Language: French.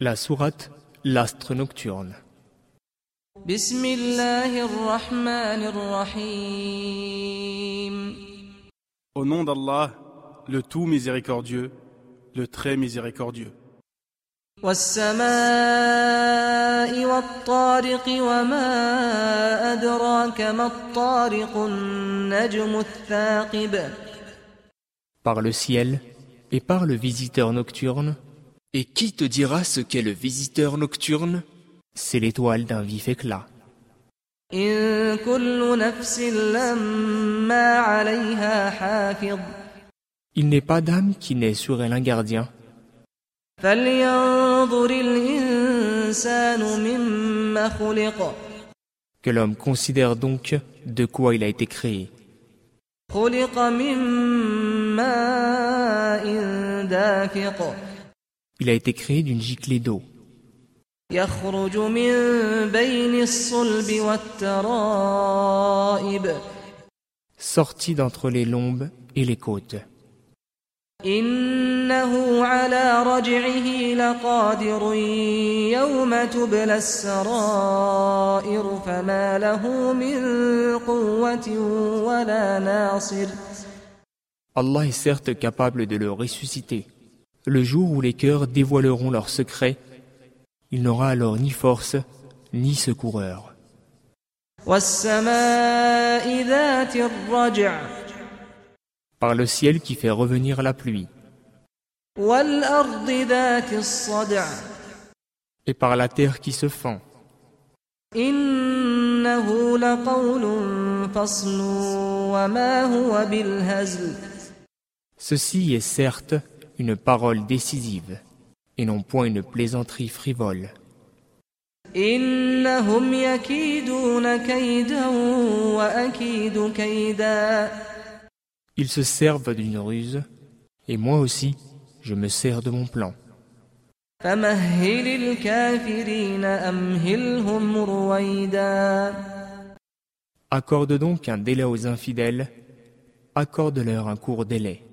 La sourate L'astre nocturne. بسم الله الرحمن الرحيم Au nom d'Allah, le tout miséricordieux, le très miséricordieux, والسماء والطارق وما أدراك ما الطارق النجم الثاقب Par le ciel et par le visiteur nocturne, Et qui te dira ce qu'est le visiteur nocturne c'est l'étoile d'un vif éclat. إن كل نفس لما عليها حافظ Il n'est pas d'âme qui n'ait sur elle un gardien. فلينظر الإنسان مما خلق Que l'homme considère donc de quoi il a été créé. خلق من ماء دافق Il a été créé d'une giclée d'eau يخرج من بين الصلب والترائب sortie d'entre les lombes et les côtes. إنه على رجعه لقادر يوم تبلى السرائر فما له من قوة ولا ناصر Allah est certes capable de le ressusciter. Le jour où les cœurs dévoileront leurs secrets, il n'aura alors ni force, ni secoureur. والسماء ذات الرجع Par le ciel qui fait revenir la pluie, والأرض ذات الصدع et par la terre qui se fend, إنه لقول فصل وما هو بالهزل ceci est certes une parole décisive, et non point une plaisanterie frivole. إنهم يكيدون كيدا وأكيد كيدا Ils se servent d'une ruse, et moi aussi, je me sers de mon plan. فمهل الكافرين أمهلهم رويدا Accorde donc un délai aux infidèles, accorde-leur un court délai.